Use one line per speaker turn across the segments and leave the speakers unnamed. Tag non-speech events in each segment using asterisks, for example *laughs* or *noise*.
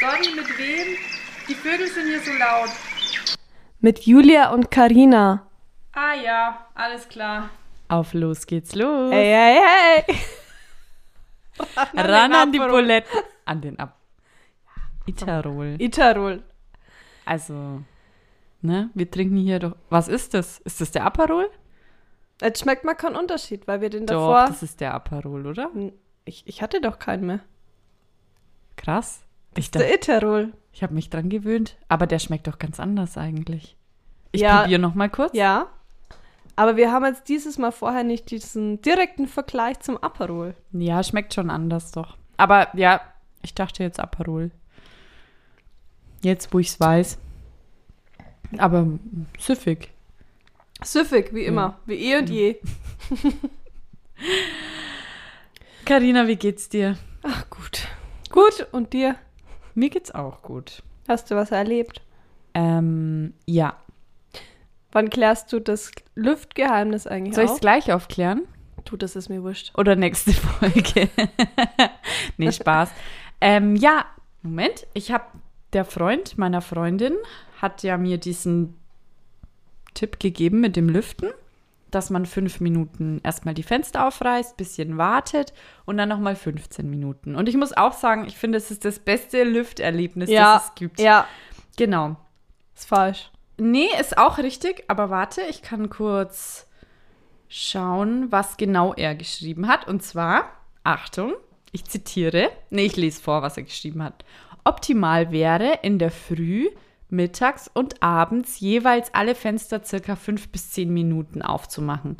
Mami, mit wem? Die Vögel sind hier so laut.
Mit Julia und Karina.
Ah ja, alles klar.
Auf los geht's los.
Hey, hey, hey.
Ran an die Buletten. An den Ab. Iterol.
Iterol.
Also, ne, wir trinken hier doch. Was ist das? Ist das der Aperol?
Jetzt schmeckt man keinen Unterschied, weil wir den
Doch,
davor.
das ist der Aperol, oder?
Ich, ich hatte doch keinen mehr.
Krass. Ich,
Der
dach-
Iterol.
ich habe mich dran gewöhnt, aber der schmeckt doch ganz anders eigentlich. Ich
Ja.
probiere noch mal kurz.
Ja. Aber wir haben jetzt dieses Mal vorher nicht diesen direkten Vergleich zum Aperol.
Ja, schmeckt schon anders doch. Aber ja, ich dachte jetzt Aperol. Jetzt, wo ich's weiß. Aber mm, süffig.
Süffig, wie immer. Wie eh und je.
Karina, wie geht's dir?
Ach, gut. Gut, und dir?
Mir geht's auch gut.
Hast du was erlebt?
Ähm, ja.
Wann klärst du das Lüftgeheimnis eigentlich
Soll ich's
auf?
gleich aufklären?
Du, das ist mir wurscht.
Oder nächste *laughs* Folge. nee, Spaß. ähm, ja, Moment. Ich habe, der Freund meiner Freundin hat ja mir diesen Tipp gegeben mit dem Lüften, dass man fünf Minuten erstmal die Fenster aufreißt, bisschen wartet und dann nochmal 15 Minuten. Und ich muss auch sagen, ich finde, es ist das beste Lüfterlebnis, das es gibt.
Ja,
Genau.
ist falsch.
Nee, ist auch richtig, aber warte, ich kann kurz schauen, was genau er geschrieben hat. Und zwar, Achtung, ich zitiere, nee, ich lese vor, was er geschrieben hat. Optimal wäre in der Früh, mittags und abends jeweils alle Fenster circa fünf bis zehn Minuten aufzumachen,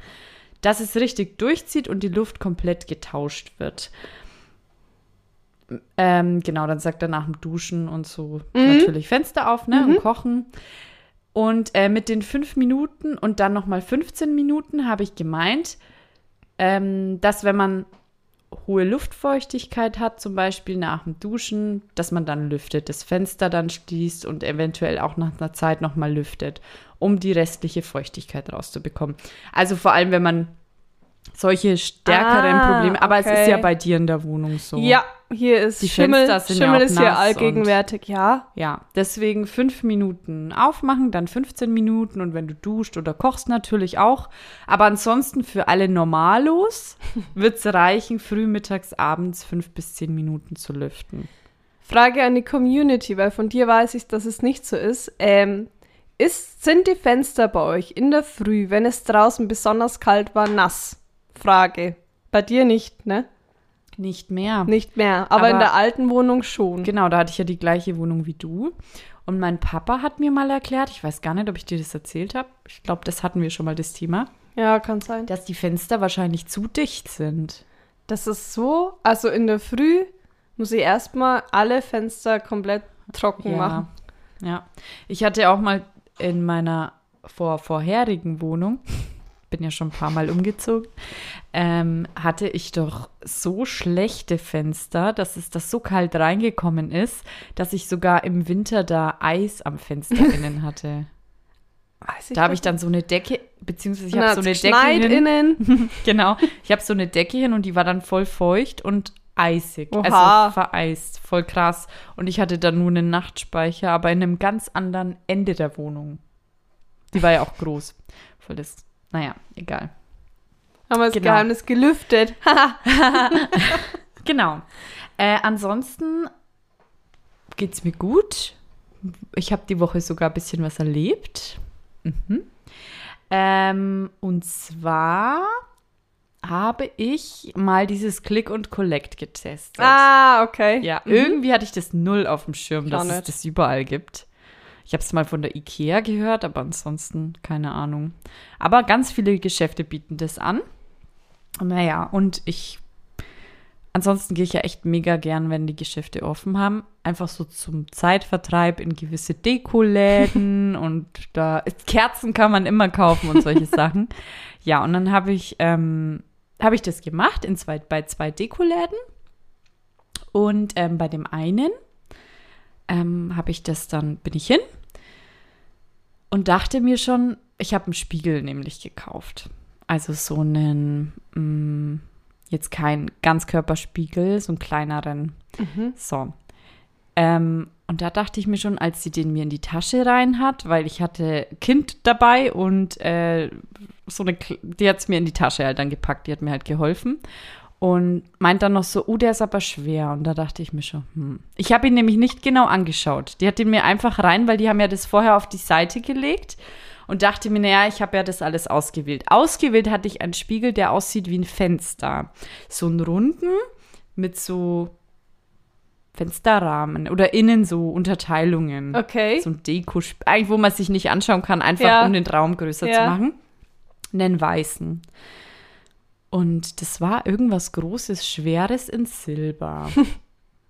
dass es richtig durchzieht und die Luft komplett getauscht wird. Ähm, genau, dann sagt er nach dem Duschen und so
Mhm.
natürlich Fenster auf, ne, und kochen. Und äh, mit den fünf Minuten und dann nochmal 15 Minuten habe ich gemeint, ähm, dass wenn man hohe Luftfeuchtigkeit hat, zum Beispiel nach dem Duschen, dass man dann lüftet, das Fenster dann schließt und eventuell auch nach einer Zeit nochmal lüftet, um die restliche Feuchtigkeit rauszubekommen. Also vor allem, wenn man solche stärkeren
Ah,
Probleme, aber es ist ja
okay.
bei dir in der Wohnung so.
Ja, hier ist
Die
Schimmel.
Fenster sind ja
Schimmel
auch
ist hier
nass
allgegenwärtig, ja.
Ja, deswegen fünf Minuten aufmachen, dann 15 Minuten und wenn du duscht oder kochst natürlich auch. Aber ansonsten für alle Normalos wird's reichen, früh, mittags, abends fünf bis zehn Minuten zu lüften.
Frage an die Community, weil von dir weiß ich, dass es nicht so ist. Ähm, ist sind die Fenster bei euch in der Früh, wenn es draußen besonders kalt war, nass? Frage. Bei dir nicht, ne?
Nicht mehr.
Nicht mehr, aber,
Aber-
in der alten Wohnung schon.
Genau, da hatte ich ja die gleiche Wohnung wie du. Und mein Papa hat mir mal erklärt, ich weiß gar nicht, ob ich dir das erzählt habe. Ich glaube, das hatten wir schon mal das Thema,
Ja, kann sein.
dass die Fenster wahrscheinlich zu dicht sind.
Das ist so, also in der Früh muss ich erstmal alle Fenster komplett trocken machen.
Ja. Ich hatte auch mal in meiner vor, vorherigen Wohnung, bin ja schon ein paar Mal umgezogen, ähm, hatte ich doch so schlechte Fenster, dass es das so kalt reingekommen ist, dass ich sogar im Winter da Eis am Fenster
*laughs*
innen hatte.
Weiß
Da habe Ah, ich
nicht.
dann so eine Decke, beziehungsweise ich
Und
habe
dann
so eine
hat's
Decke
geschneit
hin. *laughs*
innen.
Genau. Ich habe so eine Decke hin und die war dann voll feucht und eisig.
Oha.
Also vereist. Voll krass. Und ich hatte dann nur einen Nachtspeicher, aber in einem ganz anderen Ende der Wohnung. Die war ja auch groß. Voll das. Naja, egal.
Haben wir das
Genau.
Geheimnis
*laughs*
gelüftet.
Genau. Äh, ansonsten geht's mir gut. Ich habe die Woche sogar ein bisschen was erlebt. Mhm. Ähm, und zwar habe ich mal dieses Click und Collect getestet.
ah, okay.
Ja,
Mhm.
irgendwie hatte ich das null auf dem Schirm,
Gar
dass es
nicht.
das überall gibt. Ich habe es mal von der IKEA gehört, aber ansonsten keine Ahnung. Aber ganz viele Geschäfte bieten das an. Naja, und ich. Ansonsten gehe ich ja echt mega gern, wenn die Geschäfte offen haben. Einfach so zum Zeitvertreib in
*laughs*
gewisse Dekoläden und da Kerzen kann man immer kaufen und
*laughs*
solche Sachen. Ja, und dann habe ich, ähm, habe ich das gemacht in zwei, bei zwei Dekoläden. Und ähm, bei dem einen ähm, habe ich das dann, bin ich hin und dachte mir schon, ich habe einen Spiegel nämlich gekauft. Also so einen, mm, jetzt kein Ganzkörperspiegel, so einen kleineren. So. Ähm, und da dachte ich mir schon, als sie den mir in die Tasche rein hat, weil ich hatte Kind dabei und äh, so eine, Kle- die hat es mir in die Tasche halt dann gepackt, die hat mir halt geholfen. Und meint dann noch so, oh, der ist aber schwer. Und da dachte ich mir schon, hm. Ich habe ihn nämlich nicht genau angeschaut. Die hat ihn mir einfach rein, weil die haben ja das vorher auf die Seite gelegt und dachte mir, naja, ich habe ja das alles ausgewählt. Ausgewählt hatte ich einen Spiegel, der aussieht wie ein Fenster. So einen runden mit so Fensterrahmen oder innen so Unterteilungen.
Okay.
So ein Deko, eigentlich wo man sich nicht anschauen kann, einfach
Ja.
um den Raum größer zu
Ja.
machen. Einen weißen. Und das war irgendwas Großes, Schweres in Silber.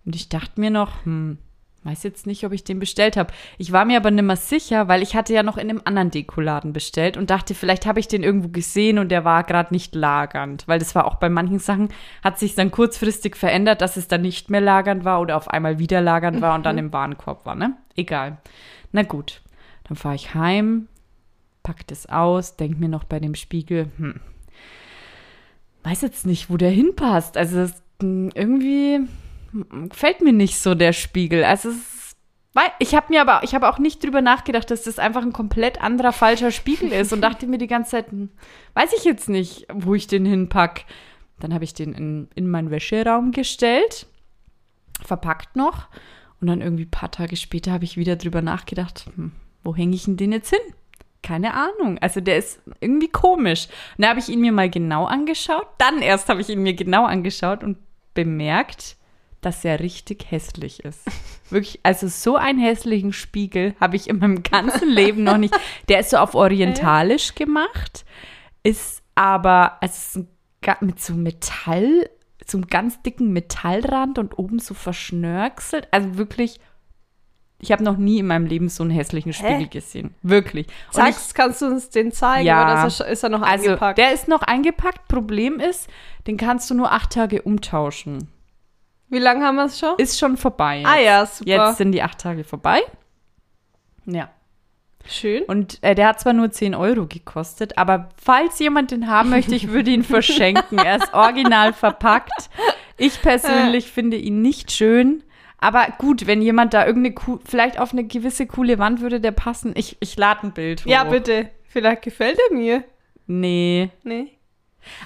Und ich dachte mir noch, hm, weiß jetzt nicht, ob ich den bestellt habe. Ich war mir aber nimmer sicher, weil ich hatte ja noch in einem anderen Dekoladen bestellt und dachte, vielleicht habe ich den irgendwo gesehen und der war gerade nicht lagernd. Weil das war auch bei manchen Sachen, hat sich dann kurzfristig verändert, dass es dann nicht mehr lagernd war oder auf einmal wieder lagernd war und dann im Warenkorb war, ne? Egal. Na gut, dann fahre ich heim, pack das aus, denk mir noch bei dem Spiegel, hm, weiß jetzt nicht, wo der hinpasst. Also es, mh, irgendwie mh, gefällt mir nicht so der Spiegel. Also es ist- wei- ich habe mir aber ich habe auch nicht drüber nachgedacht, dass das einfach ein komplett anderer falscher Spiegel ist und dachte mir die ganze Zeit, hm, weiß ich jetzt nicht, wo ich den hinpack. Dann habe ich den in, in meinen Wäscheraum gestellt, verpackt noch und dann irgendwie ein paar Tage später habe ich wieder drüber nachgedacht, hm, wo hänge ich denn den jetzt hin? Keine Ahnung. Also der ist irgendwie komisch. Und da habe ich ihn mir mal genau angeschaut. Dann erst habe ich ihn mir genau angeschaut und bemerkt, dass er richtig hässlich ist. Wirklich, also so einen hässlichen Spiegel habe ich in meinem ganzen Leben noch nicht. Der ist so auf orientalisch gemacht, ist aber also es ist ein ga- mit so Metall, so einem ganz dicken Metallrand und oben so verschnörkelt. Also wirklich, ich habe noch nie in meinem Leben so einen hässlichen Spiegel gesehen. Wirklich. Und ich-
Zeigst, kannst du uns den zeigen?
Ja.
Oder ist er, sch- ist er noch
also,
eingepackt?
der ist noch eingepackt. Problem ist, den kannst du nur acht Tage umtauschen.
Wie lange haben wir es schon?
Ist schon vorbei.
Ah ja, super.
Jetzt sind die acht Tage vorbei. Ja.
Schön.
Und äh, der hat zwar nur 10 Euro gekostet, aber falls jemand den haben möchte, ich würde ihn verschenken. Er ist
*laughs*
original verpackt. Ich persönlich finde ihn nicht schön. Aber gut, wenn jemand da irgendeine, coo- vielleicht auf eine gewisse coole Wand würde der passen. Ich, ich lade ein Bild hoch.
Ja, bitte. Vielleicht gefällt er mir.
Nee.
Nee.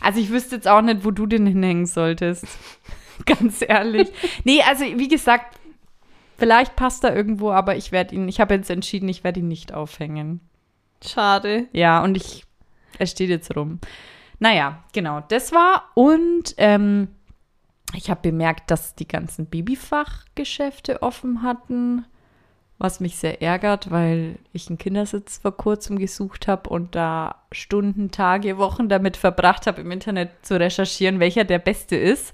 Also ich wüsste jetzt auch nicht, wo du den hinhängen solltest. *laughs* Ganz ehrlich. Nee, also wie gesagt, vielleicht passt er irgendwo, aber ich werde ihn, ich habe jetzt entschieden, ich werde ihn nicht aufhängen.
Schade.
Ja, und ich, er steht jetzt rum. Naja, genau, das war und ähm, ich habe bemerkt, dass die ganzen Babyfachgeschäfte offen hatten, was mich sehr ärgert, weil ich einen Kindersitz vor kurzem gesucht habe und da Stunden, Tage, Wochen damit verbracht habe, im Internet zu recherchieren, welcher der beste ist.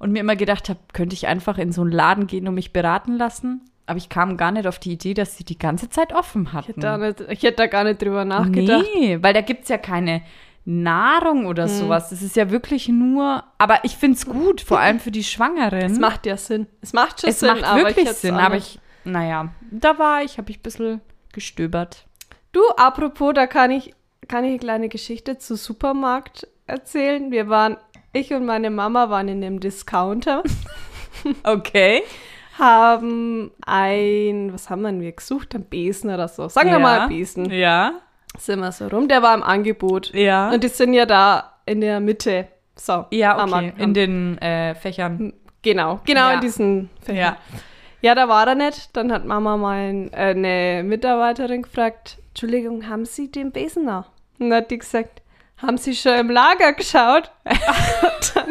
Und mir immer gedacht habe, könnte ich einfach in so einen Laden gehen und mich beraten lassen. Aber ich kam gar nicht auf die Idee, dass sie die ganze Zeit offen
Ich
hatten.
hätte, da nicht, ich hätte da gar nicht drüber nachgedacht.
Hm.
Hm.
Nee, weil da gibt es ja keine Nahrung oder sowas. Das ist ja wirklich nur. Aber ich finde es gut, vor allem für
*laughs*
die Schwangeren.
Es macht ja Sinn. Es macht schon
Es
Sinn,
macht
aber ich
wirklich
hätte es
Sinn.
auch
Aber
nicht.
ich, naja, da war ich, habe ich ein bisschen
*laughs*
gestöbert.
Du, apropos, da kann ich, kann ich eine kleine Geschichte zu Supermarkt erzählen. Wir waren, ich und meine Mama waren in einem Discounter,
Okay.
haben ein, was haben wir denn wir gesucht? Ein Besen oder so. Sagen wir mal einen Besen.
Ja.
Sind wir so rum. Der war im Angebot.
Ja.
Und die sind ja da in der Mitte. So.
ja,
haben
okay.
wir-
In den äh, Fächern.
genau, genau
Ja.
in diesen Fächern. Ja, da war er nicht. Dann hat Mama mein, äh, eine Mitarbeiterin gefragt, Entschuldigung, haben Sie den Besen noch? Und dann hat die gesagt, haben Sie schon im Lager geschaut? *laughs*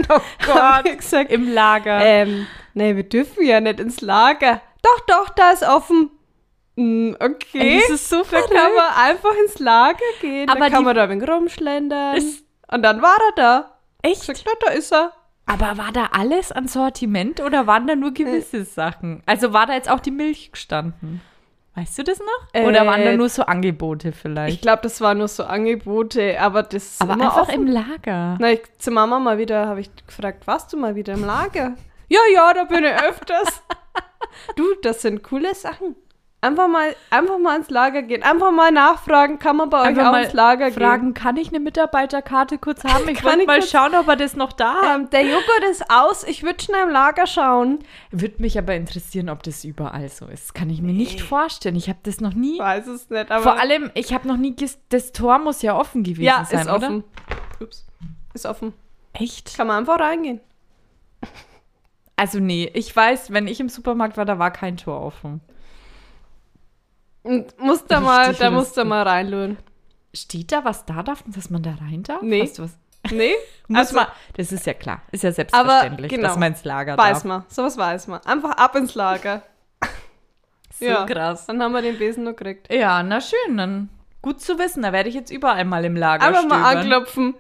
Oh
Hab
Gott.
ich gesagt,
Im Lager.
ähm, nee, wir dürfen ja nicht ins Lager. Doch, doch, da ist offen. Mm, okay.
Ey, das
*laughs*
ist so
da kann
verrückt.
man einfach ins Lager gehen.
Aber
da kann
die-
man da ein wenig rumschlendern.
Ist-
Und dann war er da. Ich
Echt?
gesagt, na, da ist er.
Aber war da alles an Sortiment oder waren da nur
Äh.
gewisse Sachen? Also war da jetzt auch die Milch gestanden? Weißt du das noch? Oder waren da
Äh,
nur so Angebote vielleicht?
Ich glaube, das waren nur so Angebote, aber das ist
Aber
immer
einfach
offen.
im Lager.
Na, ich, zu Mama mal wieder habe ich gefragt, warst du mal wieder im *laughs* Lager? Ja, ja, da bin ich öfters. du, das sind coole Sachen. Einfach mal, einfach mal ins Lager gehen. Einfach mal nachfragen, kann man bei euch
Einfach
auch
mal
ins Lager gehen.
Fragen, kann ich eine Mitarbeiterkarte
*laughs*
kurz haben? Ich
Kann
wollte
ich
mal
kurz-
schauen, ob er das noch da hat.
Ähm, der Joghurt ist aus, ich würde schnell im Lager schauen.
Würde mich aber interessieren, ob das überall so ist. Das kann ich mir nicht vorstellen. Ich habe das noch nie.
weiß es nicht, aber.
Vor allem, ich habe noch nie. ges- Das Tor muss ja offen gewesen
ja,
sein,
ist
oder?
offen. Ups. Ist offen.
Echt?
Kann man einfach reingehen.
Also, nee, ich weiß, wenn ich im Supermarkt war, da war kein Tor offen.
Und Hm, muss da mal,
Richtig
da muss da
lustig.
mal reinluren.
Steht da, was da darf, dass man da rein darf?
Nee.
Hast du was?
*laughs* Nee?
Muss
Also-
man, das ist ja klar. Ist ja selbstverständlich,
genau.
dass man ins Lager
Weiß
darf.
man. Sowas weiß man. Einfach ab ins Lager.
So
Ja.
krass.
Dann haben wir den Besen noch gekriegt.
Ja, na schön, dann gut zu wissen. Da werde ich jetzt überall mal im Lager
Einfach mal
stöbern.
anklopfen.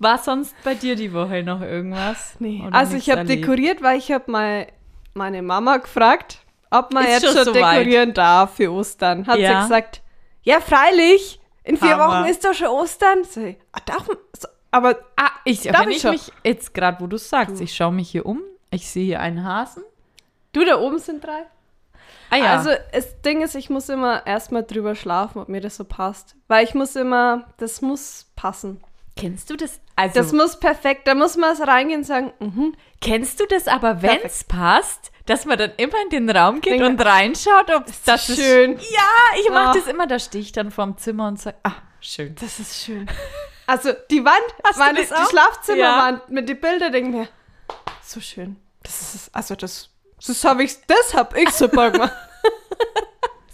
War sonst bei dir die Woche noch irgendwas?
Nee.
Oder
Also
nichts
ich habe
erlebt?
dekoriert, weil ich habe mal meine Mama gefragt, ob man
Ist
jetzt
schon
schon
soweit.
dekorieren darf für Ostern. Hat
Ja.
sie gesagt, ja freilich, in vier
Hammer.
Wochen ist doch schon Ostern. So, ich, ah, darf man, so, aber
Ah, ich,
Darf
wenn
ich
ich,
schon?
mich jetzt gerade, wo du es sagst, ich schaue mich hier um. Ich sehe hier einen Hasen.
du, da oben sind drei.
Ah ja,
Also das Ding ist, ich muss immer erstmal drüber schlafen, ob mir das so passt. Weil ich muss immer, das muss passen.
kennst du das? Also
Das muss perfekt, da muss man es reingehen und sagen, mhm.
kennst du das aber, wenn es passt, dass man dann immer in den Raum geht
Ding-
und reinschaut, ob es das ist.
schön.
Ja, ich mache
Ah.
das immer. Da stehe ich dann vorm Zimmer und sage, ah, schön.
Das ist schön. *laughs* Also die Wand,
Hast du
meine,
das
die
auch?
Schlafzimmerwand mit den Bildern, denke ich mir, so schön. Das ist, also das, das habe ich, das habe ich super gemacht.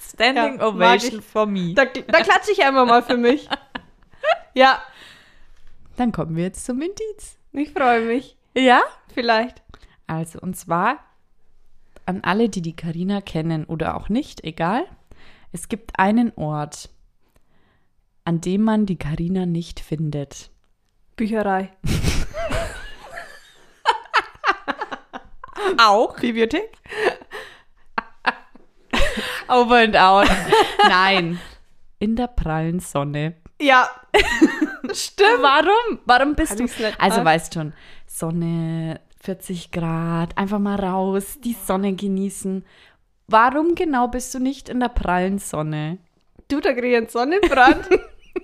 Standing
Ja, mag
Ovation
ich.
for
*laughs*
me.
Da, da klatsche ich einfach mal für mich. *laughs* Ja,
Dann kommen wir jetzt zum Indiz.
ich freue mich.
Ja?
Vielleicht.
Also, und zwar an alle, die die Karina kennen oder auch nicht, egal. Es gibt einen Ort, an dem man die Karina nicht findet.
Bücherei.
Auch?
Bibliothek?
*laughs* Over and out. Nein. In der prallen Sonne.
Ja. *laughs* Stimmt.
Warum? Warum bist
Kann
du?
ich's nicht
Also
ab?
weißt schon, Sonne, 40 Grad, einfach mal raus, die Sonne genießen. Warum genau bist du nicht in der prallen Sonne?
Du, da krieg ich einen *laughs* Sonnenbrand.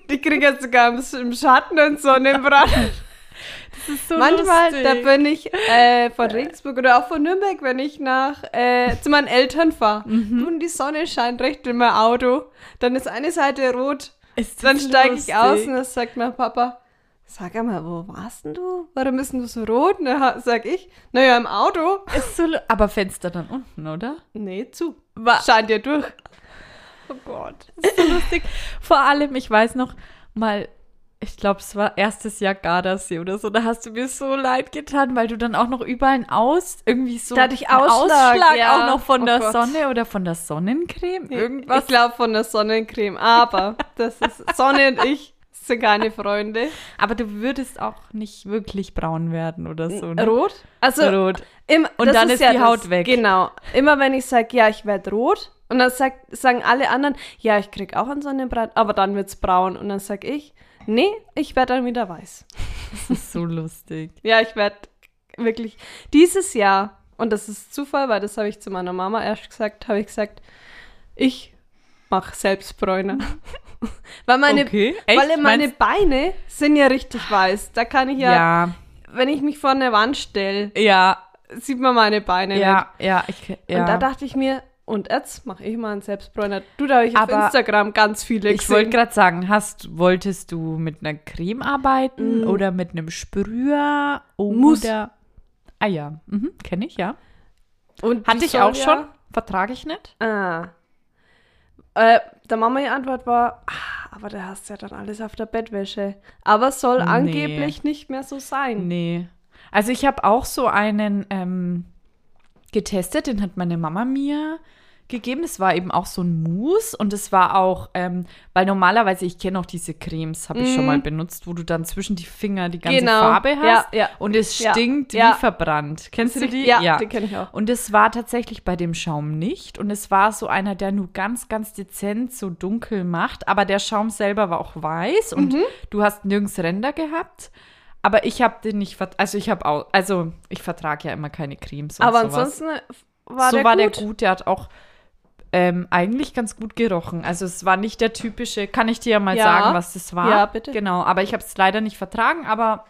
Die krieg jetzt sogar im, im Schatten einen Sonnenbrand.
So
Manchmal, da bin ich äh, von Regensburg oder auch von Nürnberg, wenn ich nach äh, zu meinen Eltern fahre und die Sonne scheint recht in mein Auto, dann ist eine Seite rot.
Ist
Dann
das
steige ich
lustig?
aus und dann sagt mein Papa, sag einmal, wo warst denn du? Warum bist denn du so rot? Und dann ha- sag ich, naja, im Auto.
Ist so, lu- aber Fenster dann unten, oder?
Nee, zu.
Wa-
Scheint ja durch. Oh Gott.
Ist so lustig. Vor allem, ich weiß noch mal, ich glaube, es war erstes Jahr Gardasee oder so, da hast du mir so leid getan, weil du dann auch noch überall ein Aus, irgendwie so
Da hatte ich
einen
Ausschlag, ja.
auch noch von
Oh
der
Gott.
Sonne oder von der Sonnencreme, irgendwas.
Ich glaube von der Sonnencreme, aber das ist Sonne und ich sind keine Freunde.
Aber du würdest auch nicht wirklich braun werden oder so. Ne?
Rot? Also
Rot.
Im,
Und
das
dann ist
ja
die
das,
Haut weg.
Genau. Immer wenn ich sage, ja, ich werde rot, und dann sagt, sagen alle anderen, ja, ich krieg auch einen Sonnenbrand, aber dann wird's braun. Und dann sage ich, nee, ich werde dann wieder weiß.
Das ist so lustig.
Ja, ich werde wirklich dieses Jahr, und das ist Zufall, weil das habe ich zu meiner Mama erst gesagt, habe ich gesagt, ich mache Selbstbräuner. *laughs* weil meine,
Okay, echt?
weil meine
Meinst-
Beine sind ja richtig weiß. Da kann ich ja,
Ja,
wenn ich mich vor eine Wand stelle,
ja,
sieht man meine Beine nicht.
ja, ja. Ich, ja.
Und da dachte ich mir, und jetzt mache ich mal einen Selbstbräuner. Du, da habe ich auf
Aber
Instagram ganz viele
Ich wollte
gesehen.
gerade sagen, hast, wolltest du mit einer Creme
Mm.
arbeiten oder mit einem Sprüher oder
Mousse.
Ah ja, mhm, kenne ich ja.
und die
Hatte ich
soll
auch
ja-
schon, vertrage ich nicht.
Ah. Äh, der Mama ihre Antwort war, ah, aber da hast du ja dann alles auf der Bettwäsche. Aber soll
Nee.
angeblich nicht mehr so sein.
Nee. Also ich habe auch so einen ähm, getestet, den hat meine Mama mir gegeben. Das war eben auch so ein Mousse und es war auch, ähm, weil normalerweise, ich kenne auch diese Cremes, habe ich schon
Mhm.
mal benutzt, wo du dann zwischen die Finger die ganze
Genau.
Farbe hast
Ja, ja.
und es
Ja,
stinkt
ja.
wie verbrannt. Kennst du die?
Ja, die kenne ich auch.
Und es war tatsächlich bei dem Schaum nicht. Und es war so einer, der nur ganz, ganz dezent so dunkel macht. Aber der Schaum selber war auch weiß und
Mhm.
du hast nirgends Ränder gehabt. Aber ich habe den nicht, vert also ich habe auch, also ich vertrage ja immer keine Cremes und
Aber
sowas.
ansonsten war
so
der
war
gut.
der gut. Der hat auch ähm, eigentlich ganz gut gerochen. Also es war nicht der typische, kann ich dir ja mal
Ja.
sagen, was das war.
Ja, bitte.
Genau, aber ich habe es leider nicht vertragen, aber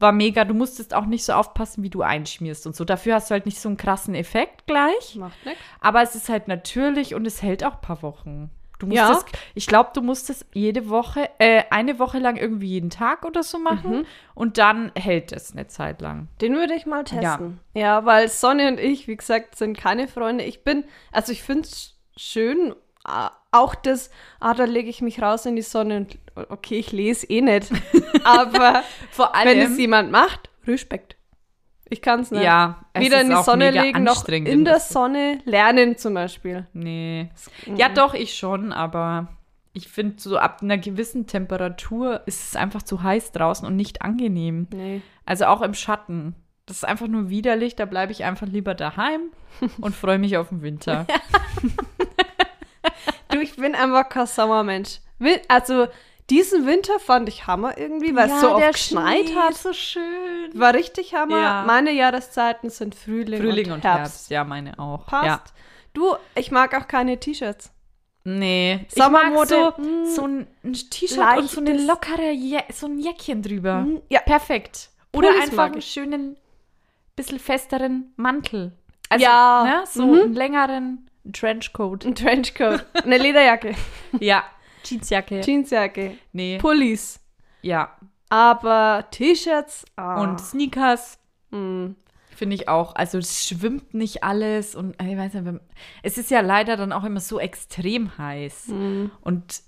war mega. Du musstest auch nicht so aufpassen, wie du einschmierst und so. Dafür hast du halt nicht so einen krassen Effekt gleich.
Macht nix.
Aber es ist halt natürlich und es hält auch ein paar Wochen. Du
Ja.
musstest, ich glaube, du musstest jede Woche, äh, eine Woche lang irgendwie jeden Tag oder so machen
Mhm.
und dann hält es eine Zeit lang.
Den würde ich mal testen. Ja. weil Sonny und ich, wie gesagt, sind keine Freunde. Ich bin, also ich finde es schön, ah, auch das, ah, da lege ich mich raus in die Sonne und okay, ich lese eh
*laughs*
nicht. Aber
Vor allem,
wenn es jemand macht, Respekt. Ich kann es nicht.
ja, es
Weder
ist
in die
auch
Sonne
mega
legen, noch
anstrengend
in der Sonne lernen zum Beispiel.
Nee. Ja,
mm.
doch, ich schon, aber ich finde, so ab einer gewissen Temperatur ist es einfach zu heiß draußen und nicht angenehm.
Nee.
Also auch im Schatten. Das ist einfach nur widerlich, da bleibe ich einfach
*laughs*
lieber daheim und freue mich auf den Winter.
Du, ich bin einfach kein Sommermensch. Will- Also diesen Winter fand ich Hammer irgendwie, weil es so oft geschneit hat.
so schön.
War richtig Hammer.
Ja.
Meine Jahreszeiten sind Frühling,
Frühling und Herbst. ja, meine auch.
Passt.
Ja.
Du, ich mag auch keine T-Shirts.
Nee,
Sommermode,
ich mag
mm,
so, so ein ein T-Shirt und
leichtes.
so eine lockere, Je so ein Jäckchen drüber.
Mm, ja.
Perfekt. Oder
Pullis
einfach
mag
einen
ich.
schönen, bisschen festeren Mantel. Also,
Ja.
Ne, so
Mhm.
einen längeren Trenchcoat.
Ein Trenchcoat, eine
*laughs*
Lederjacke,
Ja. Jeansjacke.
Jeansjacke,
nee.
Pullis.
Ja.
Aber T-Shirts ah,
Und Sneakers.
mm.
Finde ich auch. Also es schwimmt nicht alles und äh, ich weiß nicht, wenn- es ist ja leider dann auch immer so extrem heiß.
Mhm.
Und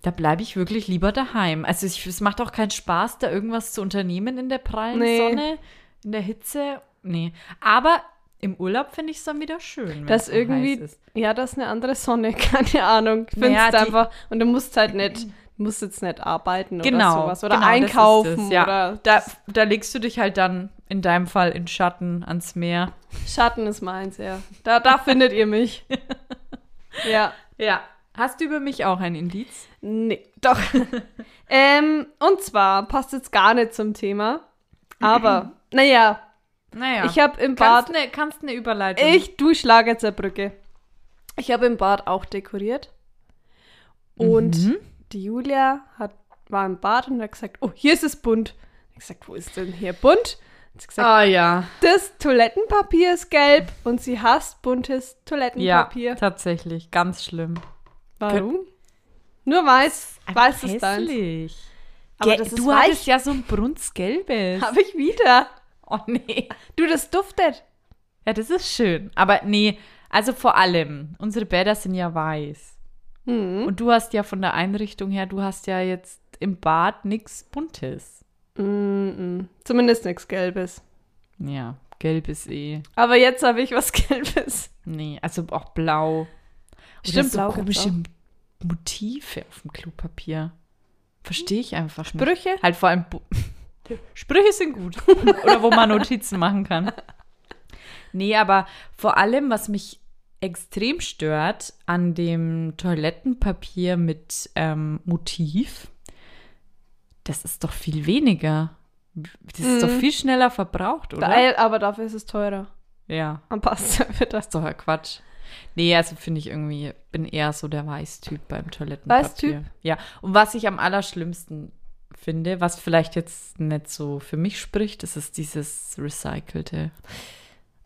da bleibe ich wirklich lieber daheim. Also ich, es macht auch keinen Spaß, da irgendwas zu unternehmen in der prallen
Nee.
Sonne, in der Hitze. Nee. Aber im Urlaub finde ich es dann wieder schön. wenn
das
es so heiß
irgendwie,
ist.
ja, das ist eine andere Sonne, *laughs* keine Ahnung. Findest
Naja, die-
einfach und du musst halt nicht, musst jetzt nicht arbeiten
Genau.
oder sowas oder
genau, das ist es,
einkaufen
ja.
oder
da, da legst du dich halt dann in deinem Fall in Schatten ans Meer.
Schatten ist meins, ja. Da, da findet ihr
*laughs*
mich. Ja.
Ja. Hast du über mich auch ein Indiz?
Nee, doch. *laughs* ähm, und zwar passt jetzt gar nicht zum Thema,
*clears throat*
aber naja,
Naja.
ich habe im
Kannst
Bad,
eine kannst ne Überleitung.
ich, du Schlagerzerbrücke. Ich habe im Bad auch dekoriert und
Mhm.
die Julia hat, war im Bad und hat gesagt, oh, hier ist es bunt. Ich hab gesagt, wo ist denn hier bunt? Hat sie gesagt,
Ah ja.
das Toilettenpapier ist gelb und sie hasst buntes Toilettenpapier.
Ja, tatsächlich. Ganz schlimm.
Warum? Nur weiß, weiß ist deins.
hässlich.
Aber
Ge-
das ist
du
weich.
hattest ja so ein brunstgelbes.
Habe ich *laughs* wieder.
Oh nee.
Du, das duftet.
Ja, das ist schön. Aber nee, also vor allem, unsere Bäder sind ja weiß.
Mhm.
Und du hast ja von der Einrichtung her, du hast ja jetzt im Bad nichts Buntes.
Mm-mm. Zumindest nichts Gelbes.
Ja, gelb ist eh.
Aber jetzt habe ich was *laughs* Gelbes.
Nee, also auch blau. Oder
Stimmt,
so
blau gibt's
komische Motive auf dem Klopapier. Verstehe ich einfach nicht.
Brüche?
Halt vor allem. Bu- *laughs* Sprüche sind gut. Oder wo man Notizen machen kann. Nee, aber vor allem, was mich extrem stört an dem Toilettenpapier mit ähm, Motiv, das ist doch viel weniger. Das ist doch
Mhm.
viel schneller verbraucht, oder?
Weil, aber dafür ist es teurer.
ja,
Am *laughs* Pasta wird das.
ist doch ja Quatsch. Nee, also finde ich irgendwie, bin eher so der Weißtyp beim Toilettenpapier.
Weißtyp?
Ja, und was ich am allerschlimmsten finde, was vielleicht jetzt nicht so für mich spricht, das ist dieses Recycelte.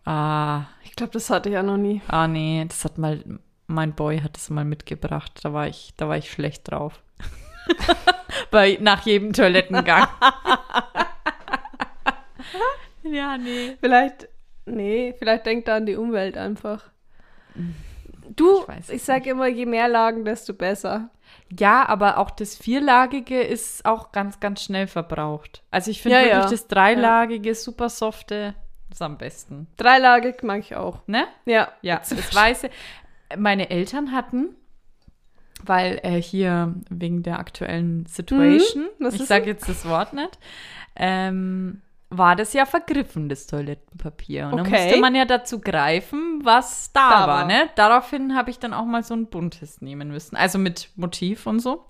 Ah,
Ich glaube, das hatte ich ja noch nie.
ah nee, das hat mal, mein Boy hat das mal mitgebracht, da war ich, da war ich schlecht drauf. *laughs* Bei, nach jedem Toilettengang. *laughs* ja, nee.
Vielleicht, nee, vielleicht denkt er an die Umwelt einfach. Du,
Ich weiß es
ich, sage immer, je mehr Lagen, desto besser.
Ja, aber auch das Vierlagige ist auch ganz, ganz schnell verbraucht. Also ich finde
Ja,
wirklich
ja.
das Dreilagige, super softe, ist am besten.
Dreilagig mag ich auch.
Ne?
Ja.
Ja, das Weiße. Meine Eltern hatten, weil äh, hier wegen der aktuellen Situation,
Mhm, was
ich
ist
sage jetzt das Wort nicht, ähm, war das ja vergriffen, das Toilettenpapier. Und da
Okay.
musste man ja dazu greifen, was da,
Da
war.
war.
Ne? Daraufhin habe ich dann auch mal so ein buntes nehmen müssen, also mit Motiv und so.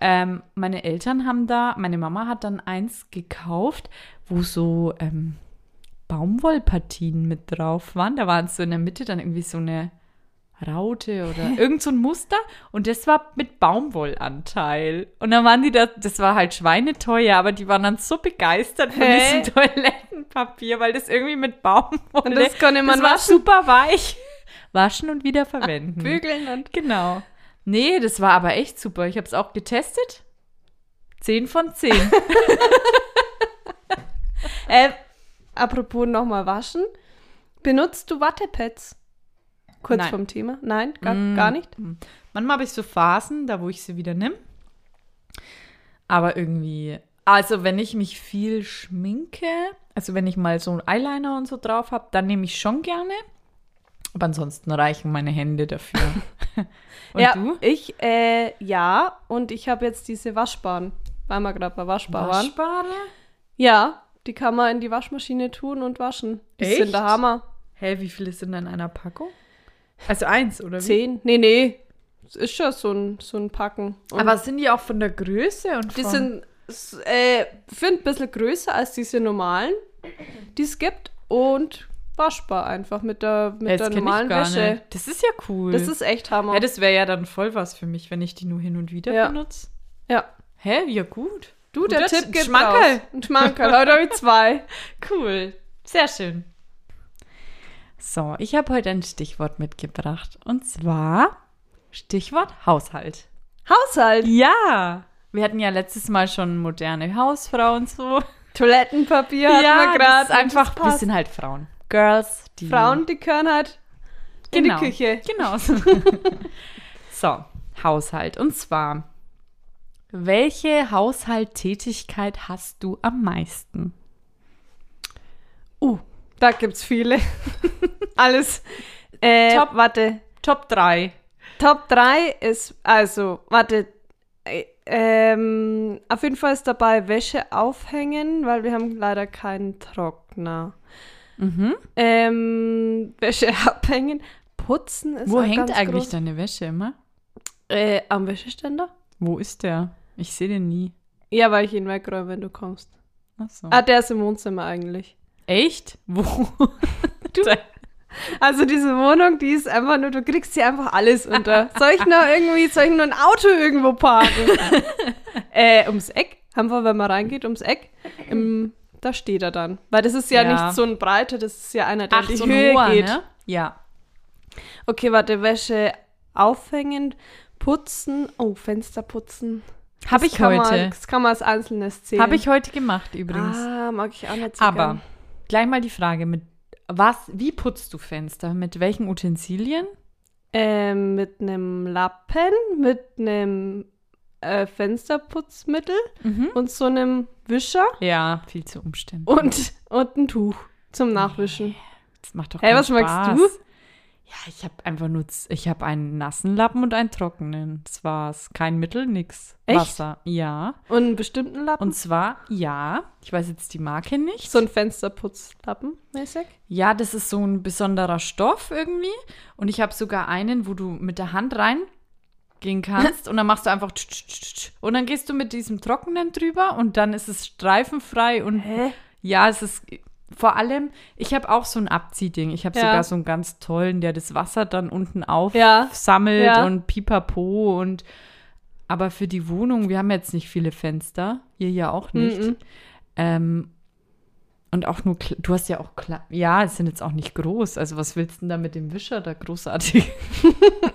Ähm, meine Eltern haben da, meine Mama hat dann eins gekauft, wo so ähm, Baumwollpartien mit drauf waren. Da waren so in der Mitte dann irgendwie so eine Raute oder irgend so ein Muster und das war mit Baumwollanteil. Und dann waren die da, das war halt schweineteuer, aber die waren dann so begeistert von
Hä?
diesem *laughs* Toilettenpapier, weil das irgendwie mit Baumwolle,
Und das konnte man
das war
waschen. Ah,
super weich. Waschen und wieder verwenden.
*laughs* Bügeln und.
Genau. Nee, das war aber echt super. Ich habe es auch getestet. 10 von 10. Hm.
Äh, apropos nochmal waschen. Benutzt du Wattepads? Kurz
Nein. Mm.
vom Thema. Nein, gar, gar nicht.
Manchmal habe ich so Phasen, da wo ich sie wieder nimm. Aber irgendwie, also wenn ich mich viel schminke, also wenn ich mal so einen Eyeliner und so drauf habe, dann nehme ich schon gerne. Aber ansonsten reichen meine Hände dafür. *laughs* und
ja,
du?
Ich, äh, ja. Und ich habe jetzt diese Waschbahn, weil wir gerade bei Waschbar waren.
Waschbare?
Ja, die kann man in die Waschmaschine tun und waschen. Die sind
Echt?
der Hammer.
Hä, wie viele sind in einer Packung? Also eins, oder wie?
Zehn. Nee, nee. Es ist schon so ein, so ein Packen. Und
Aber sind die auch von der Größe und
Die
von
sind s- äh, für ein bisschen größer als diese normalen, die es gibt. Und waschbar einfach mit der, mit
Ja,
der
das kenn ich
normalen
gar
Wäsche.
Nicht. Das ist ja cool.
Das ist echt Hammer.
ja, das wäre ja dann voll was für mich, wenn ich die nur hin und wieder
Ja.
benutze.
ja.
Hä, ja gut.
Du, der
Guter
Tipp
Tipp,
geht
Schmankerl.
raus. Ein Schmankerl. Heute habe ich *laughs* zwei.
Cool. Sehr schön. So, ich habe heute ein Stichwort mitgebracht. Und zwar Stichwort Haushalt.
Haushalt.
Ja. Wir hatten ja letztes Mal schon moderne Hausfrau und so.
Toilettenpapier
*laughs*
hatten wir
das ist
gerade.
einfach.
das
Wir
passt.
sind halt Frauen. Girls, die.
Frauen, die können halt in
genau.
die Küche. *laughs*
Genau. so, Haushalt. Und zwar, welche Haushalttätigkeit hast du am meisten?
Uh, da gibt's viele. *laughs* Alles. Äh,
Top.
Warte.
Top 3.
Top 3 ist, also, warte. äh, Ähm, auf jeden Fall ist dabei Wäsche aufhängen, weil wir haben leider keinen Trockner.
Mhm.
Ähm, Wäsche *laughs* abhängen. Putzen ist
Wo
auch
hängt
ganz
eigentlich
groß.
deine Wäsche immer?
Äh, am Wäscheständer?
Wo ist der? Ich sehe den nie.
Ja, weil ich ihn wegräume, wenn du kommst.
Ach so.
Ah, der ist im Wohnzimmer eigentlich.
Echt?
*laughs*
Wo? Du?
Also diese Wohnung, die ist einfach nur, du kriegst hier einfach alles unter. Soll ich noch irgendwie, soll ich nur ein Auto irgendwo parken?
*laughs*
äh, ums Eck. Haben wir, wenn man reingeht, ums Eck. Im, da steht er dann. Weil das ist ja,
Ja.
nicht so ein breiter, das ist ja einer, der
Ach,
in die
so ein
Höhe
hoher,
geht.
ne? Ja.
Okay, warte, Wäsche aufhängen, putzen. Oh, Fenster putzen.
Habe
Das
ich
kann Man,
heute.
das kann man als Einzelnes zählen.
Habe ich heute gemacht übrigens.
Ah, mag ich auch nicht so
Aber
gern.
gleich mal die Frage mit was, wie putzt du Fenster? Mit welchen Utensilien?
Ähm, mit einem Lappen, mit einem äh, Fensterputzmittel und so einem Wischer
Ja, viel zu umständlich.
und, und ein Tuch zum Nachwischen.
Das macht doch
Oh. Hey,
keinen
was magst
Spaß.
du?
Ja, ich habe einfach nur, z- ich habe einen nassen Lappen und einen trockenen. Das war's. Kein Mittel, nix.
Echt?
Wasser. Ja.
Und einen bestimmten Lappen.
Und zwar, ja, ich weiß jetzt die Marke nicht.
so ein Fensterputzlappen mäßig.
ja, das ist so ein besonderer Stoff irgendwie. Und ich habe sogar einen, wo du mit der Hand reingehen
*laughs*
kannst und dann machst du einfach tsch, tsch, tsch, tsch. und dann gehst du mit diesem trockenen drüber und dann ist es streifenfrei und
Hä?
ja, es ist vor allem, ich habe auch so ein Abziehding. Ich habe
Ja.
sogar so einen ganz tollen, der das Wasser dann unten
Ja.
aufsammelt
Ja.
und pipapo und aber für die Wohnung, wir haben jetzt nicht viele Fenster, ihr ja auch nicht.
Mhm.
Ähm, und auch nur, kle- du hast ja auch, kle- ja, es sind jetzt auch nicht groß. Also was willst du denn da mit dem Wischer da großartig? *laughs*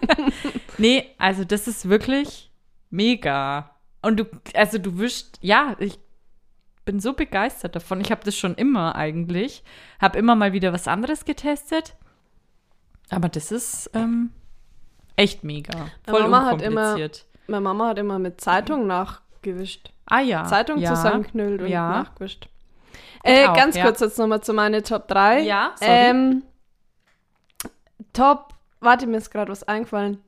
nee, also das ist wirklich mega. Und du, also du wischst, ja, ich bin so begeistert davon. Ich habe das schon immer eigentlich. Habe immer mal wieder was anderes getestet. Aber das ist ähm, echt mega. Voll
Mama hat immer-
unkompliziert.
Meine Mama hat immer mit Zeitung nachgewischt.
ah ja.
Zeitung
ja,
zusammenknüllt und
ja.
nachgewischt. Äh,
auch,
ganz
ja.
kurz jetzt nochmal zu meinen Top 3.
Ja, sorry.
ähm, Top, warte, mir ist gerade was eingefallen.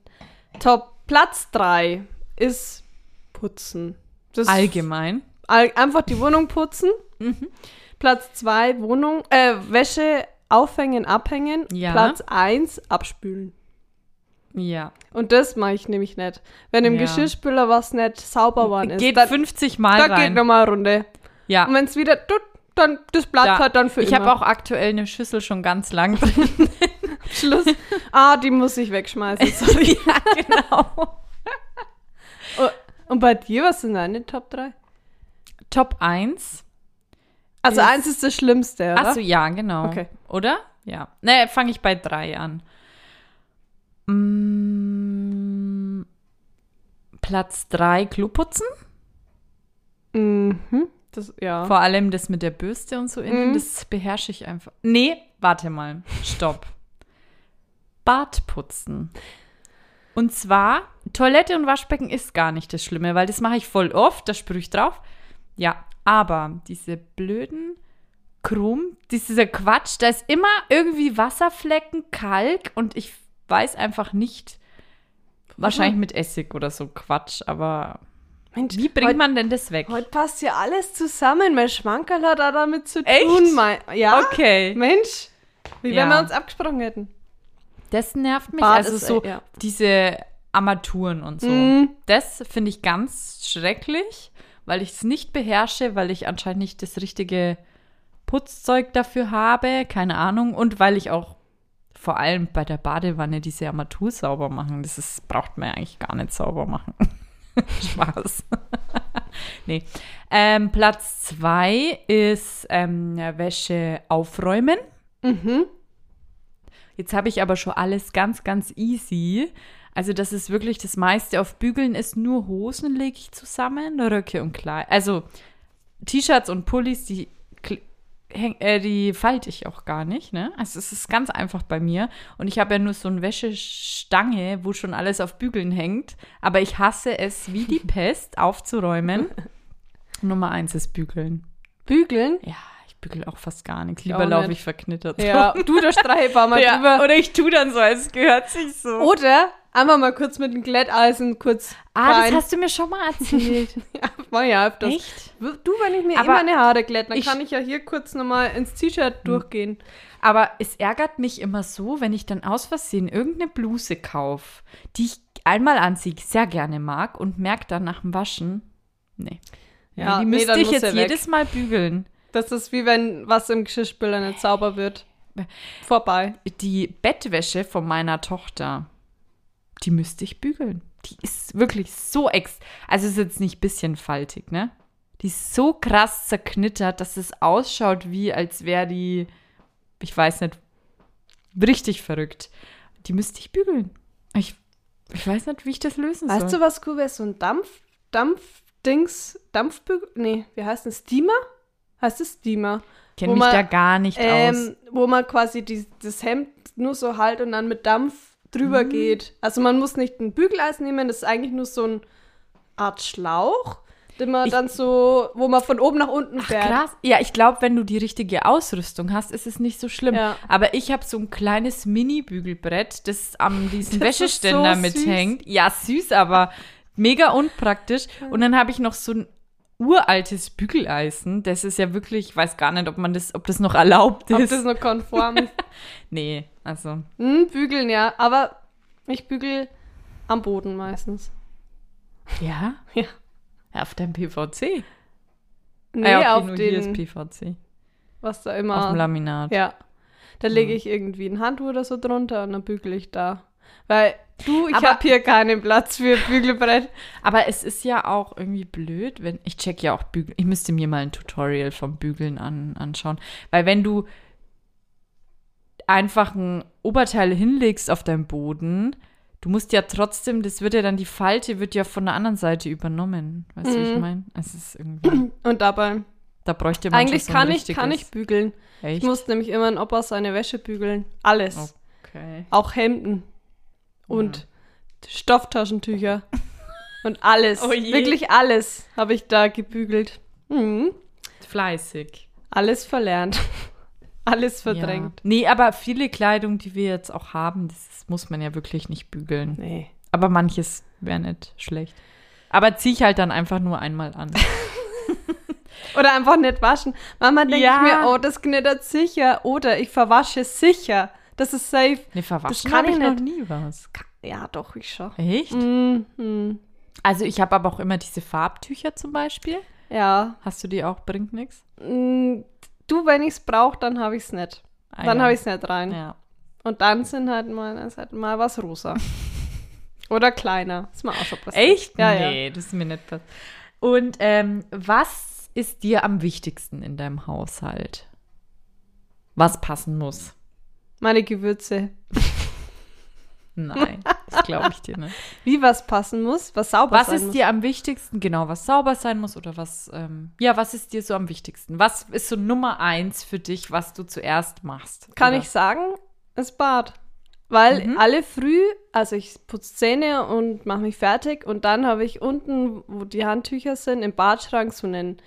Top Platz 3 ist Putzen. Das
Allgemein. Mhm.
all, einfach die Wohnung putzen. Platz 2 Wohnung, äh, Wäsche aufhängen, abhängen.
Ja.
Platz 1 abspülen.
Ja.
Und das mache ich nämlich nicht. Wenn im
Ja.
Geschirrspüler was nicht sauber war, ist,
Geht
dann,
50 Mal
da
rein.
geht nochmal eine Runde.
ja.
Und wenn es wieder tut, dann das Blatt
Da-
halt dann für
Ah. ich habe
immer.
auch aktuell eine Schüssel schon ganz
*laughs*
lang *laughs* drin.
Schluss. *laughs* ah, die muss ich
*laughs*
wegschmeißen.
Sorry. ja, genau.
Und bei dir, was sind deine Top 3?
Top 1.
Also
Ist-
eins ist das Schlimmste, oder?
Achso, ja, genau.
Okay.
Oder? Ja. Ne, fange ich bei 3 an. Mm, Platz 3 Kloputzen.
Mhm. Das, ja.
Vor allem das mit der Bürste und so innen,
Mhm.
das beherrsche ich einfach. Nee, warte mal. Stopp. Bad putzen. Und zwar, Toilette und Waschbecken ist gar nicht das Schlimme, weil das mache ich voll oft, da sprühe ich drauf. Ja, aber diese blöden Krumm, dies- dieser Quatsch, da ist immer irgendwie Wasserflecken, Kalk und ich weiß einfach nicht, wahrscheinlich mit Essig oder so Quatsch, aber
Mensch,
wie bringt
heute,
man denn das weg?
Heute passt ja alles zusammen. Mein Schmankerl hat auch damit zu
Echt?
tun. Mein, ja.
Okay.
Mensch, wie wenn
Ja.
wir uns abgesprochen hätten.
Das nervt mich.
Bad
also
ist,
so
äh, ja.
diese Armaturen und so.
Mm.
Das finde ich ganz schrecklich, weil ich es nicht beherrsche, weil ich anscheinend nicht das richtige Putzzeug dafür habe, keine Ahnung. Und weil ich auch vor allem bei der Badewanne diese Armatur sauber machen. Das ist, braucht man ja eigentlich gar nicht sauber machen. *laughs* Spaß. *laughs* nee. Ähm, Platz zwei ist ähm, Wäsche aufräumen.
Mhm.
Jetzt habe ich aber schon alles ganz, ganz easy. Also, das ist wirklich das meiste auf Bügeln ist. Nur Hosen lege ich zusammen, Röcke und Kleid. Also, T-Shirts und Pullis, die, kl- häng, äh, die falte ich auch gar nicht. Ne? Also, es ist ganz einfach bei mir. Und ich habe ja nur so eine Wäschestange, wo schon alles auf Bügeln hängt. Aber ich hasse es
*laughs*
wie die Pest, aufzuräumen. Nummer eins ist Bügeln.
Bügeln?
Ja, ich bügel auch fast gar nichts.
Ich auch
Lieber laufe
nicht.
ich verknittert.
Ja, du, der Streichbar mal
*laughs* Ja,
drüber.
Oder ich tue dann so, als gehört sich so.
Oder einfach mal kurz mit dem Glätteisen kurz
Oh, ah,
rein.
das hast du mir schon mal erzählt. *laughs*
ja, mach ja öfters.
Echt?
Du, wenn ich mir
Aber
immer eine Haare glätte, dann
ich-
kann ich Hm. ja hier kurz nochmal ins T-Shirt durchgehen.
Aber es ärgert mich immer so, wenn ich dann aus Versehen irgendeine Bluse kaufe, die ich einmal anziehe, sehr gerne mag und merke dann nach dem Waschen, nee.
Ja,
die
nee,
müsste
dann
ich
muss
jetzt
er weg.
jedes Mal bügeln.
Das ist wie wenn was im Geschirrspüler nicht sauber wird. Vorbei.
Die Bettwäsche von meiner Tochter, die müsste ich bügeln. Die ist wirklich so ex. Also ist jetzt nicht bisschen faltig, ne? Die ist so krass zerknittert, dass es ausschaut, wie als wäre die, ich weiß nicht, richtig verrückt. Die müsste ich bügeln. Ich, ich weiß nicht, wie ich das lösen
Weißt
soll.
du, was cool wäre? So ein Dampf, Dampfdings, Dampfbügel, nee, wie heißt das? Steamer? Heißt es Steamer?
ich kenne
wo
mich
man-
da gar nicht aus.
Ähm, wo man quasi die, das Hemd nur so halt und dann mit Dampf drüber geht. Also man muss nicht ein Bügeleis nehmen, das ist eigentlich nur so eine Art Schlauch, den man
Ich-
dann so, wo man von oben nach unten fährt.
Krass. Ja, ich glaube, wenn du die richtige Ausrüstung hast, ist es nicht so schlimm.
Ja.
Aber ich habe so ein kleines Mini-Bügelbrett, das am diesem
Das ist
Wäscheständer
so süß.
mithängt. Ja, süß, aber mega unpraktisch. Und dann habe ich noch so ein uraltes Bügeleisen. Das ist ja wirklich, ich weiß gar nicht, ob man das, ob das noch erlaubt
Ob
ist.
das noch konform *laughs* ist.
nee, also.
Hm, bügeln, ja. Aber ich bügel am Boden meistens.
Ja?
Ja.
Auf dem PVC.
Nee,
ah, ja, okay,
auf
nur hier ist
den,
PVC.
was da
Auf dem Hm.
immer.
Laminat.
Ja. Da lege ich irgendwie ein Handtuch oder so drunter und dann bügel ich da. Weil du, ich
Aber-
habe hier keinen Platz für Bügelbrett.
Aber es ist ja auch irgendwie blöd, wenn ich check ja auch Bügeln. Ich müsste mir mal ein Tutorial vom Bügeln an, anschauen, weil wenn du einfach ein Oberteil hinlegst auf deinem Boden, du musst ja trotzdem, das wird ja dann die Falte wird ja von der anderen Seite übernommen, weißt du, wie ich
Mhm.
meine? Es ist irgendwie
Und dabei.
da bräuchte man
Eigentlich
schon so ein
kann ich, kann ich
richtiges-
bügeln.
Echt?
Ich
Oh.
muss nämlich immer in Opa seine Wäsche bügeln. Alles.
okay.
Auch Hemden.
Oh
Und Stofftaschentücher. und alles.
*laughs* Oh je.
Wirklich alles habe ich da gebügelt. Mhm.
Fleißig.
Alles verlernt. *laughs* Alles
Ja.
verdrängt.
Nee, aber viele Kleidung, die wir jetzt auch haben, das muss man ja wirklich nicht bügeln.
Nee.
Aber manches wäre nicht schlecht. Aber zieh ich halt dann einfach nur einmal
*laughs*
an.
Oder einfach nicht waschen. Mama denkt
Ja.
mir, oh, das knittert sicher. Oder ich verwasche sicher. Das ist safe.
Nee, verwaschen
Das kann
habe ich
ich
noch
nicht.
nie was.
Ja, doch, ich schon.
Echt?
Mhm.
Also ich habe aber auch immer diese Farbtücher zum Beispiel.
Ja.
Hast du die auch? Bringt nichts?
Mm, du, wenn ich's brauch, dann hab ich's nicht.
Ah,
dann
ja.
hab ich's nicht rein.
Ja.
Und dann sind halt mal, ist halt mal was
*laughs*
rosa. Oder kleiner. Ist mir auch schon passiert.
Echt?
Ja, ja.
nee, das ist mir nicht passiert. Und ähm, was ist dir am wichtigsten in deinem Haushalt? Was passen muss?
Meine Gewürze.
Nein, das glaube ich dir nicht.
Wie was passen muss, was sauber
Was
sein
ist
muss.
dir am wichtigsten? Genau, was sauber sein muss oder was? Ähm, ja, was ist dir so am wichtigsten? Was ist so Nummer eins für dich, was du zuerst machst?
Kann
Oder-
ich sagen, das Bad. Weil
Mhm.
alle früh, also ich putze Zähne und mache mich fertig und dann habe ich unten, wo die Handtücher sind, im Badschrank so einen,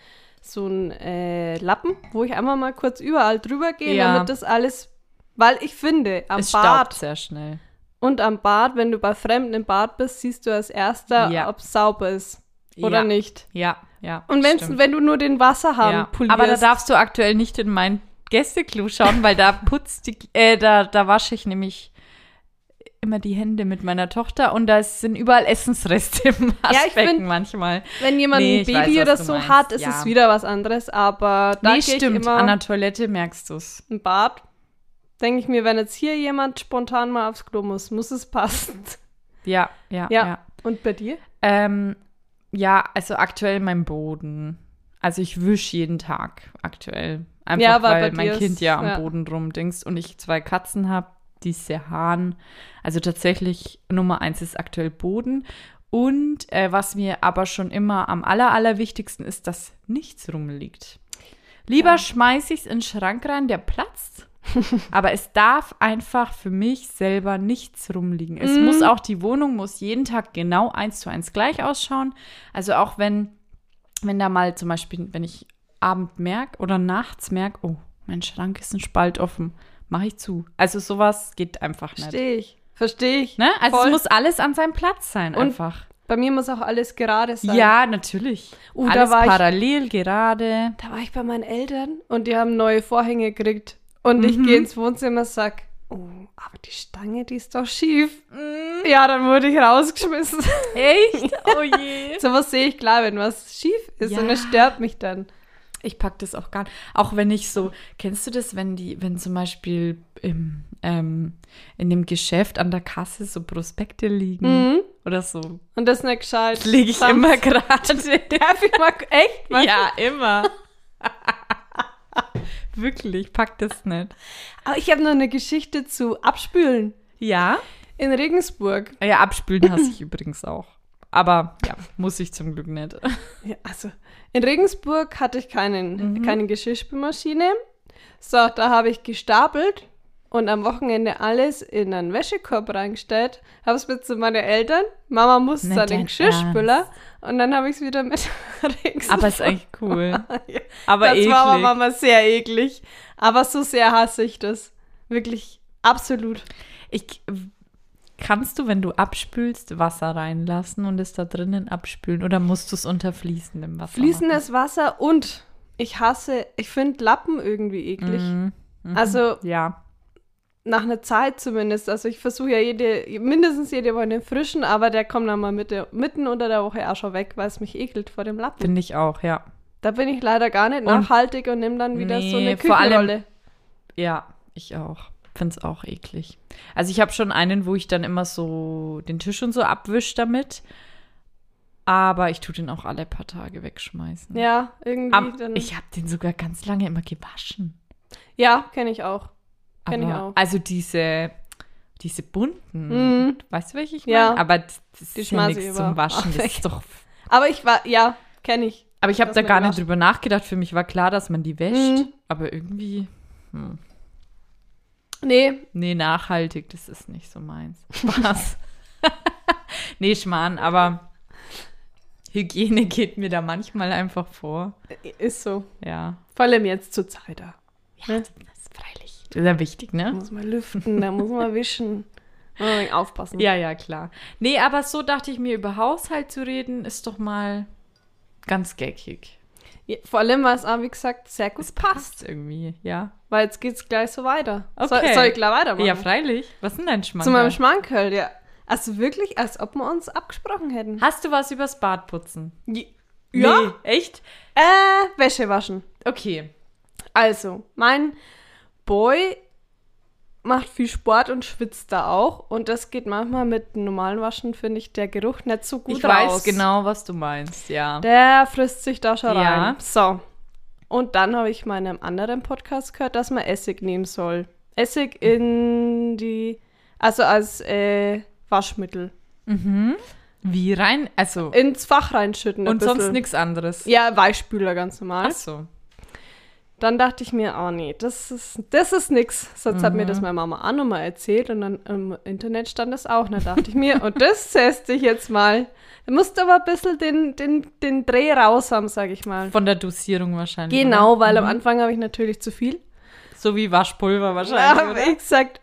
so einen äh, Lappen, wo ich einmal mal kurz überall drüber gehe,
Ja.
damit das alles, weil ich finde, am
Es staubt
Bad
sehr schnell.
und am Bad, wenn du bei Fremden im Bad bist, siehst du als erster,
Ja.
ob es sauber ist oder
Ja.
nicht.
Ja, ja.
Und wenn's,
stimmt.
wenn du nur den Wasserhahn
ja.
polierst.
Aber da darfst du aktuell nicht in mein Gästeklo schauen, weil da putzt die, äh, da, da wasche ich nämlich immer die Hände mit meiner Tochter und da sind überall Essensreste im
ich
Waschbecken
find-
manchmal.
Wenn jemand
Nee,
ein
ich weiß,
Baby
was
oder
du
so
meinst,
hat, ist
ja.
es wieder was anderes, aber da
nee,
gehe ich
stimmt.
immer
An der Toilette merkst du's.
im Bad. Denke ich mir, wenn jetzt hier jemand spontan mal aufs Klo muss, muss es passen.
Ja, ja,
Ja.
ja. ja.
Und bei dir?
Ähm, ja, also aktuell mein Boden. Also ich wisch jeden Tag aktuell. Einfach
Ja, aber bei
weil
dir
mein
ist-
Kind ja am
ja.
Boden rumdingst und ich zwei Katzen habe, die sehr haaren. Also tatsächlich Nummer eins ist aktuell Boden. Und äh, was mir aber schon immer am aller, allerwichtigsten ist, dass nichts rumliegt. Lieber schmeiße ich es in den Schrank rein,
*laughs*
der platzt. aber es darf einfach für mich selber nichts rumliegen. Es
Mhm.
muss auch, die Wohnung muss jeden Tag genau eins zu eins gleich ausschauen. Also auch wenn, wenn da mal zum Beispiel, wenn ich Abend merke oder nachts merke, oh, mein Schrank ist ein Spalt offen, mache ich zu. Also sowas geht einfach nicht.
Verstehe ich. Verstehe ich.
Ne? Also
Voll.
es muss alles an seinem Platz sein,
Und
einfach.
Bei mir muss auch alles gerade sein.
Ja, natürlich.
Uh, da
alles
war ich-
parallel, gerade.
Da war ich bei meinen Eltern und die haben neue Vorhänge gekriegt. Und
Mhm.
ich gehe ins Wohnzimmer und sag, oh, aber die Stange, die ist doch schief. Ja, dann wurde ich rausgeschmissen.
Mhm.
*laughs*
Echt? Oh je.
Sowas sehe ich klar, wenn was schief ist und
Ja.
es stört mich dann.
*laughs* Ich pack das auch gar nicht. Auch wenn ich so, kennst du das, wenn die, wenn zum Beispiel im, ähm, in dem Geschäft an der Kasse so Prospekte
Mhm.
liegen oder so,
Und das ist nicht gescheit.
lege ich
Dann
immer gerade.
*laughs* Darf ich mal, echt? Mal
ja, immer. *laughs* Wirklich, ich pack das nicht.
Aber Ah, ich habe noch eine Geschichte zu Abspülen
Ja?
in Regensburg.
Ja, abspülen hasse ich übrigens auch. Aber ja, muss ich zum Glück nicht.
Ja, also, in Regensburg hatte ich keinen,
Mhm.
keine Geschirrspülmaschine. So, da habe ich gestapelt und am Wochenende alles in einen Wäschekorb reingestellt. Habe es mit zu meinen Eltern. Mama musste
Nicht
an den
dein
Geschirrspüler. Und dann habe ich es wieder mit *laughs* Regensburg.
Aber ist eigentlich cool.
*laughs* Ja,
Aber
das
eklig.
war aber Mama sehr eklig. Aber so sehr hasse ich das. Wirklich, absolut.
Ich, kannst du, wenn du abspülst, Wasser reinlassen und es da drinnen abspülen? Oder musst du es unter fließendem Wasser
Fließendes Wasser und ich hasse, ich finde Lappen irgendwie eklig.
machen? Mhm.
Also
Mhm. Ja.
nach einer Zeit zumindest. Also ich versuche ja jede, mindestens jede Woche einen frischen, aber der kommt dann mal mitte, mitten unter der Woche auch schon weg, weil es mich ekelt vor dem Lappen.
Finde ich auch, ja.
Da bin ich leider gar nicht nachhaltig und nehme dann wieder so eine
Nee, vor allem-
Küchenrolle.
Ja, ich auch. Find's auch eklig. Also ich habe schon einen, wo ich dann immer so den Tisch und so abwisch damit. Aber ich tue den auch alle paar Tage wegschmeißen.
Ja, irgendwie
Am,
dann.
ich habe den sogar ganz lange immer gewaschen.
ja, kenne ich auch. Kenn
Aber,
ich auch.
Also diese, diese bunten,
Mhm.
weißt du, welche ich meine?
Ja.
Aber das, das
Die
ist ja
schmeiß ich
nichts
über-
zum *laughs* Waschen. Das
weg.
ist doch.
Aber ich war, ja, kenne ich.
Aber ich habe
Dass
da
man
gar
die
nicht
wascht.
drüber nachgedacht. Für mich war klar, dass man die wäscht.
Mhm.
Aber irgendwie, hm.
Nee,
nee, nachhaltig, das ist nicht so *laughs* meins. Spaß. nee, Schmarrn, aber Hygiene geht mir da manchmal einfach vor.
ist so.
Ja.
Vor allem jetzt zur Zeit. Da Ne?
Ja, ne? das ist freilich. Das ist ja wichtig, ne?
muss man lüften, da muss man
*laughs*
wischen. Da muss man aufpassen.
Ja, ja, klar. Nee, aber so dachte ich mir, über Haushalt zu reden, ist doch mal ganz geckig.
Ja, Vor allem, weil es auch, wie gesagt, sehr gut passt.
irgendwie, ja.
Weil jetzt geht's gleich so weiter. Soll,
Okay.
soll ich gleich weitermachen?
Ja, freilich. Was ist denn dein Schmankerl?
Zu meinem Schmankerl, ja. Also wirklich, als ob wir uns abgesprochen hätten.
Hast du was übers Bad putzen?
Ja.
Nee, echt?
Äh, Wäsche waschen.
Okay.
Also, mein Boy macht viel Sport und schwitzt da auch. Und das geht manchmal mit normalen Waschen, finde ich, der Geruch nicht so gut
ich
raus.
weiß genau, was du meinst, ja.
Der frisst sich da schon
Ja.
rein. So. Und dann habe ich mal in einem anderen Podcast gehört, dass man Essig nehmen soll. Essig in die, also als äh, Waschmittel.
Wie rein? Also,
Ins Fach reinschütten. ein
und sonst
bisschen.
nichts anderes.
Ja, Weichspüler ganz normal.
Ach so.
Dann dachte ich mir, oh nee, das ist, das ist nix. Sonst hat mir das
Mhm.
meine Mama auch nochmal erzählt und dann im Internet stand das auch. Und dann dachte ich mir, und das teste ich jetzt mal. Du musst aber ein bisschen den, den, den Dreh raus haben, sage ich mal.
Von der Dosierung wahrscheinlich.
Genau, weil am
Mhm.
Anfang habe ich natürlich zu viel.
So wie Waschpulver
Da
wahrscheinlich.
habe
oder?
ich gesagt,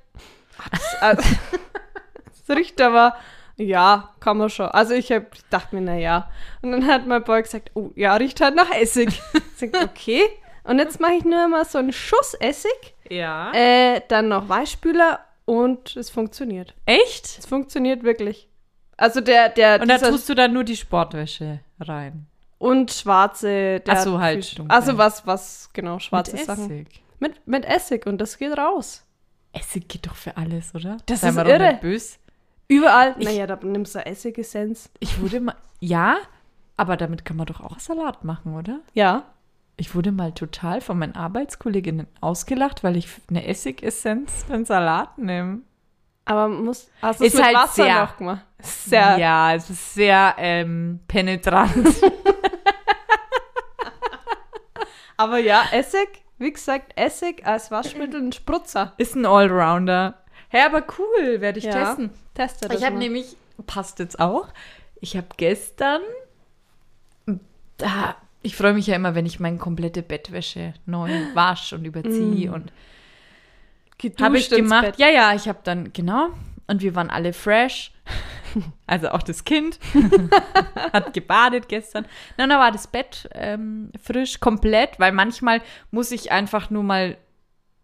ach, das, also, *laughs* das riecht aber, ja, kann man schon. Also ich hab, ich dachte mir, naja. Und dann hat mein Boy gesagt, oh ja, riecht halt nach Essig. Ich
*laughs*
sag, okay. Und jetzt mache ich nur mal so einen Schuss Essig.
Ja.
Äh, dann noch Weichspüler und es funktioniert.
Echt?
Es funktioniert wirklich. Also der, der,
Und da
dieser-
tust du dann nur die Sportwäsche rein.
und schwarze, der
Ach so,
hat
halt,
viel-
dunkel.
Also was, was, genau, schwarze
Mit
Sachen.
Essig.
Mit, mit Essig und das geht raus.
Essig geht doch für alles, oder?
Das
Sei
ist
mal doch
irre.
nicht böse.
Überall.
Ich-
naja, da nimmst du Essigessenz.
Ich wurde mal. Ja, aber damit kann man doch auch Salat machen, oder?
Ja.
Ich wurde mal total von meinen Arbeitskolleginnen ausgelacht, weil ich eine Essigessenz für einen Salat nehme.
Aber muss, hast du es
Ist
mit
halt
Wasser
sehr-
noch gemacht? Sehr.
Ja, es ist sehr ähm, penetrant.
Aber ja, Essig, wie gesagt, Essig als Waschmittel ein Sprutzer.
*laughs* ist ein Allrounder. Hä, aber cool, werde ich
Ja.
testen.
Teste das
Ich habe
mal.
nämlich, passt jetzt auch, ich habe gestern, da, ich freue mich ja immer, wenn ich meine komplette Bettwäsche neu wasche und überziehe und
Geduscht
habe ich
ins
gemacht.
Bett.
Ja, ja, ich habe dann, genau, und wir waren alle fresh. *laughs* Also auch das Kind *laughs* hat gebadet gestern. Na, da war das Bett ähm, frisch, komplett, weil manchmal muss ich einfach nur mal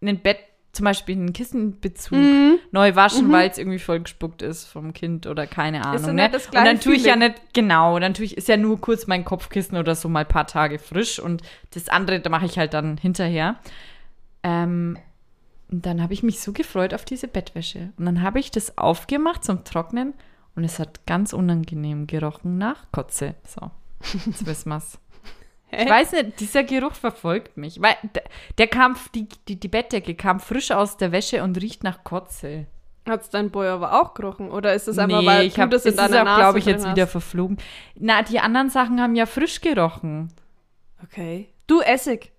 ein Bett, zum Beispiel einen Kissenbezug
Mhm.
neu waschen, weil es irgendwie vollgespuckt ist vom Kind oder keine Ahnung.
ja
ne?
nicht das
und dann
gleiche
tue ich ja
Feeling.
nicht, genau, dann tue ich, ist ja nur kurz mein Kopfkissen oder so mal ein paar Tage frisch und das andere, da mache ich halt dann hinterher. Ähm, und dann habe ich mich so gefreut auf diese Bettwäsche. Und dann habe ich das aufgemacht zum Trocknen und es hat ganz unangenehm gerochen nach Kotze. So, jetzt wissen wir's. Ich weiß nicht, dieser Geruch verfolgt mich. Weil der, der kam, die, die, die Bettdecke kam frisch aus der Wäsche und riecht nach Kotze.
Hat es dein Boy aber auch gerochen? Oder ist es einfach, weil
ich
du
hab,
das
es
in
ist
deiner
auch,
Nase
glaube ich,
drin
jetzt
hast?
wieder verflogen. Na, die anderen Sachen haben ja frisch gerochen.
Okay. Du, Essig.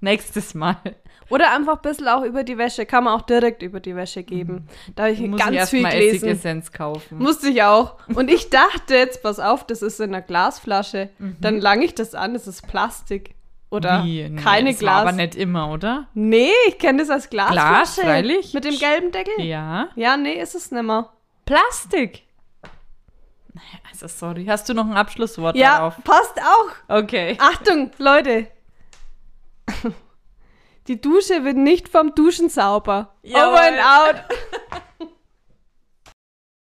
Nächstes Mal. *laughs*
Oder einfach ein bisschen auch über die Wäsche. Kann man auch direkt über die Wäsche geben. Da habe ich
Mhm. Muss ich
ganz
erst
viel
mal
gelesen.
Essigessenz kaufen.
Mhm. Musste ich auch. Und ich dachte jetzt, pass auf, das ist in einer Glasflasche. Dann lang ich das an, das ist Plastik. Oder
Mhm. Wie? Nee,
keine
das war
Glas.
Aber nicht immer, oder?
Nee, ich kenne das als Glasflasche.
Glas, freilich.
Mit dem gelben Deckel? Ja,
Ja.
nee, ist es nimmer.
Plastik. Naja, Also, sorry. Hast du noch ein Abschlusswort
Ja,
darauf?
passt auch.
Okay.
Achtung, Leute. *laughs* Die Dusche wird nicht vom Duschen sauber.
Jawohl.
Over and out.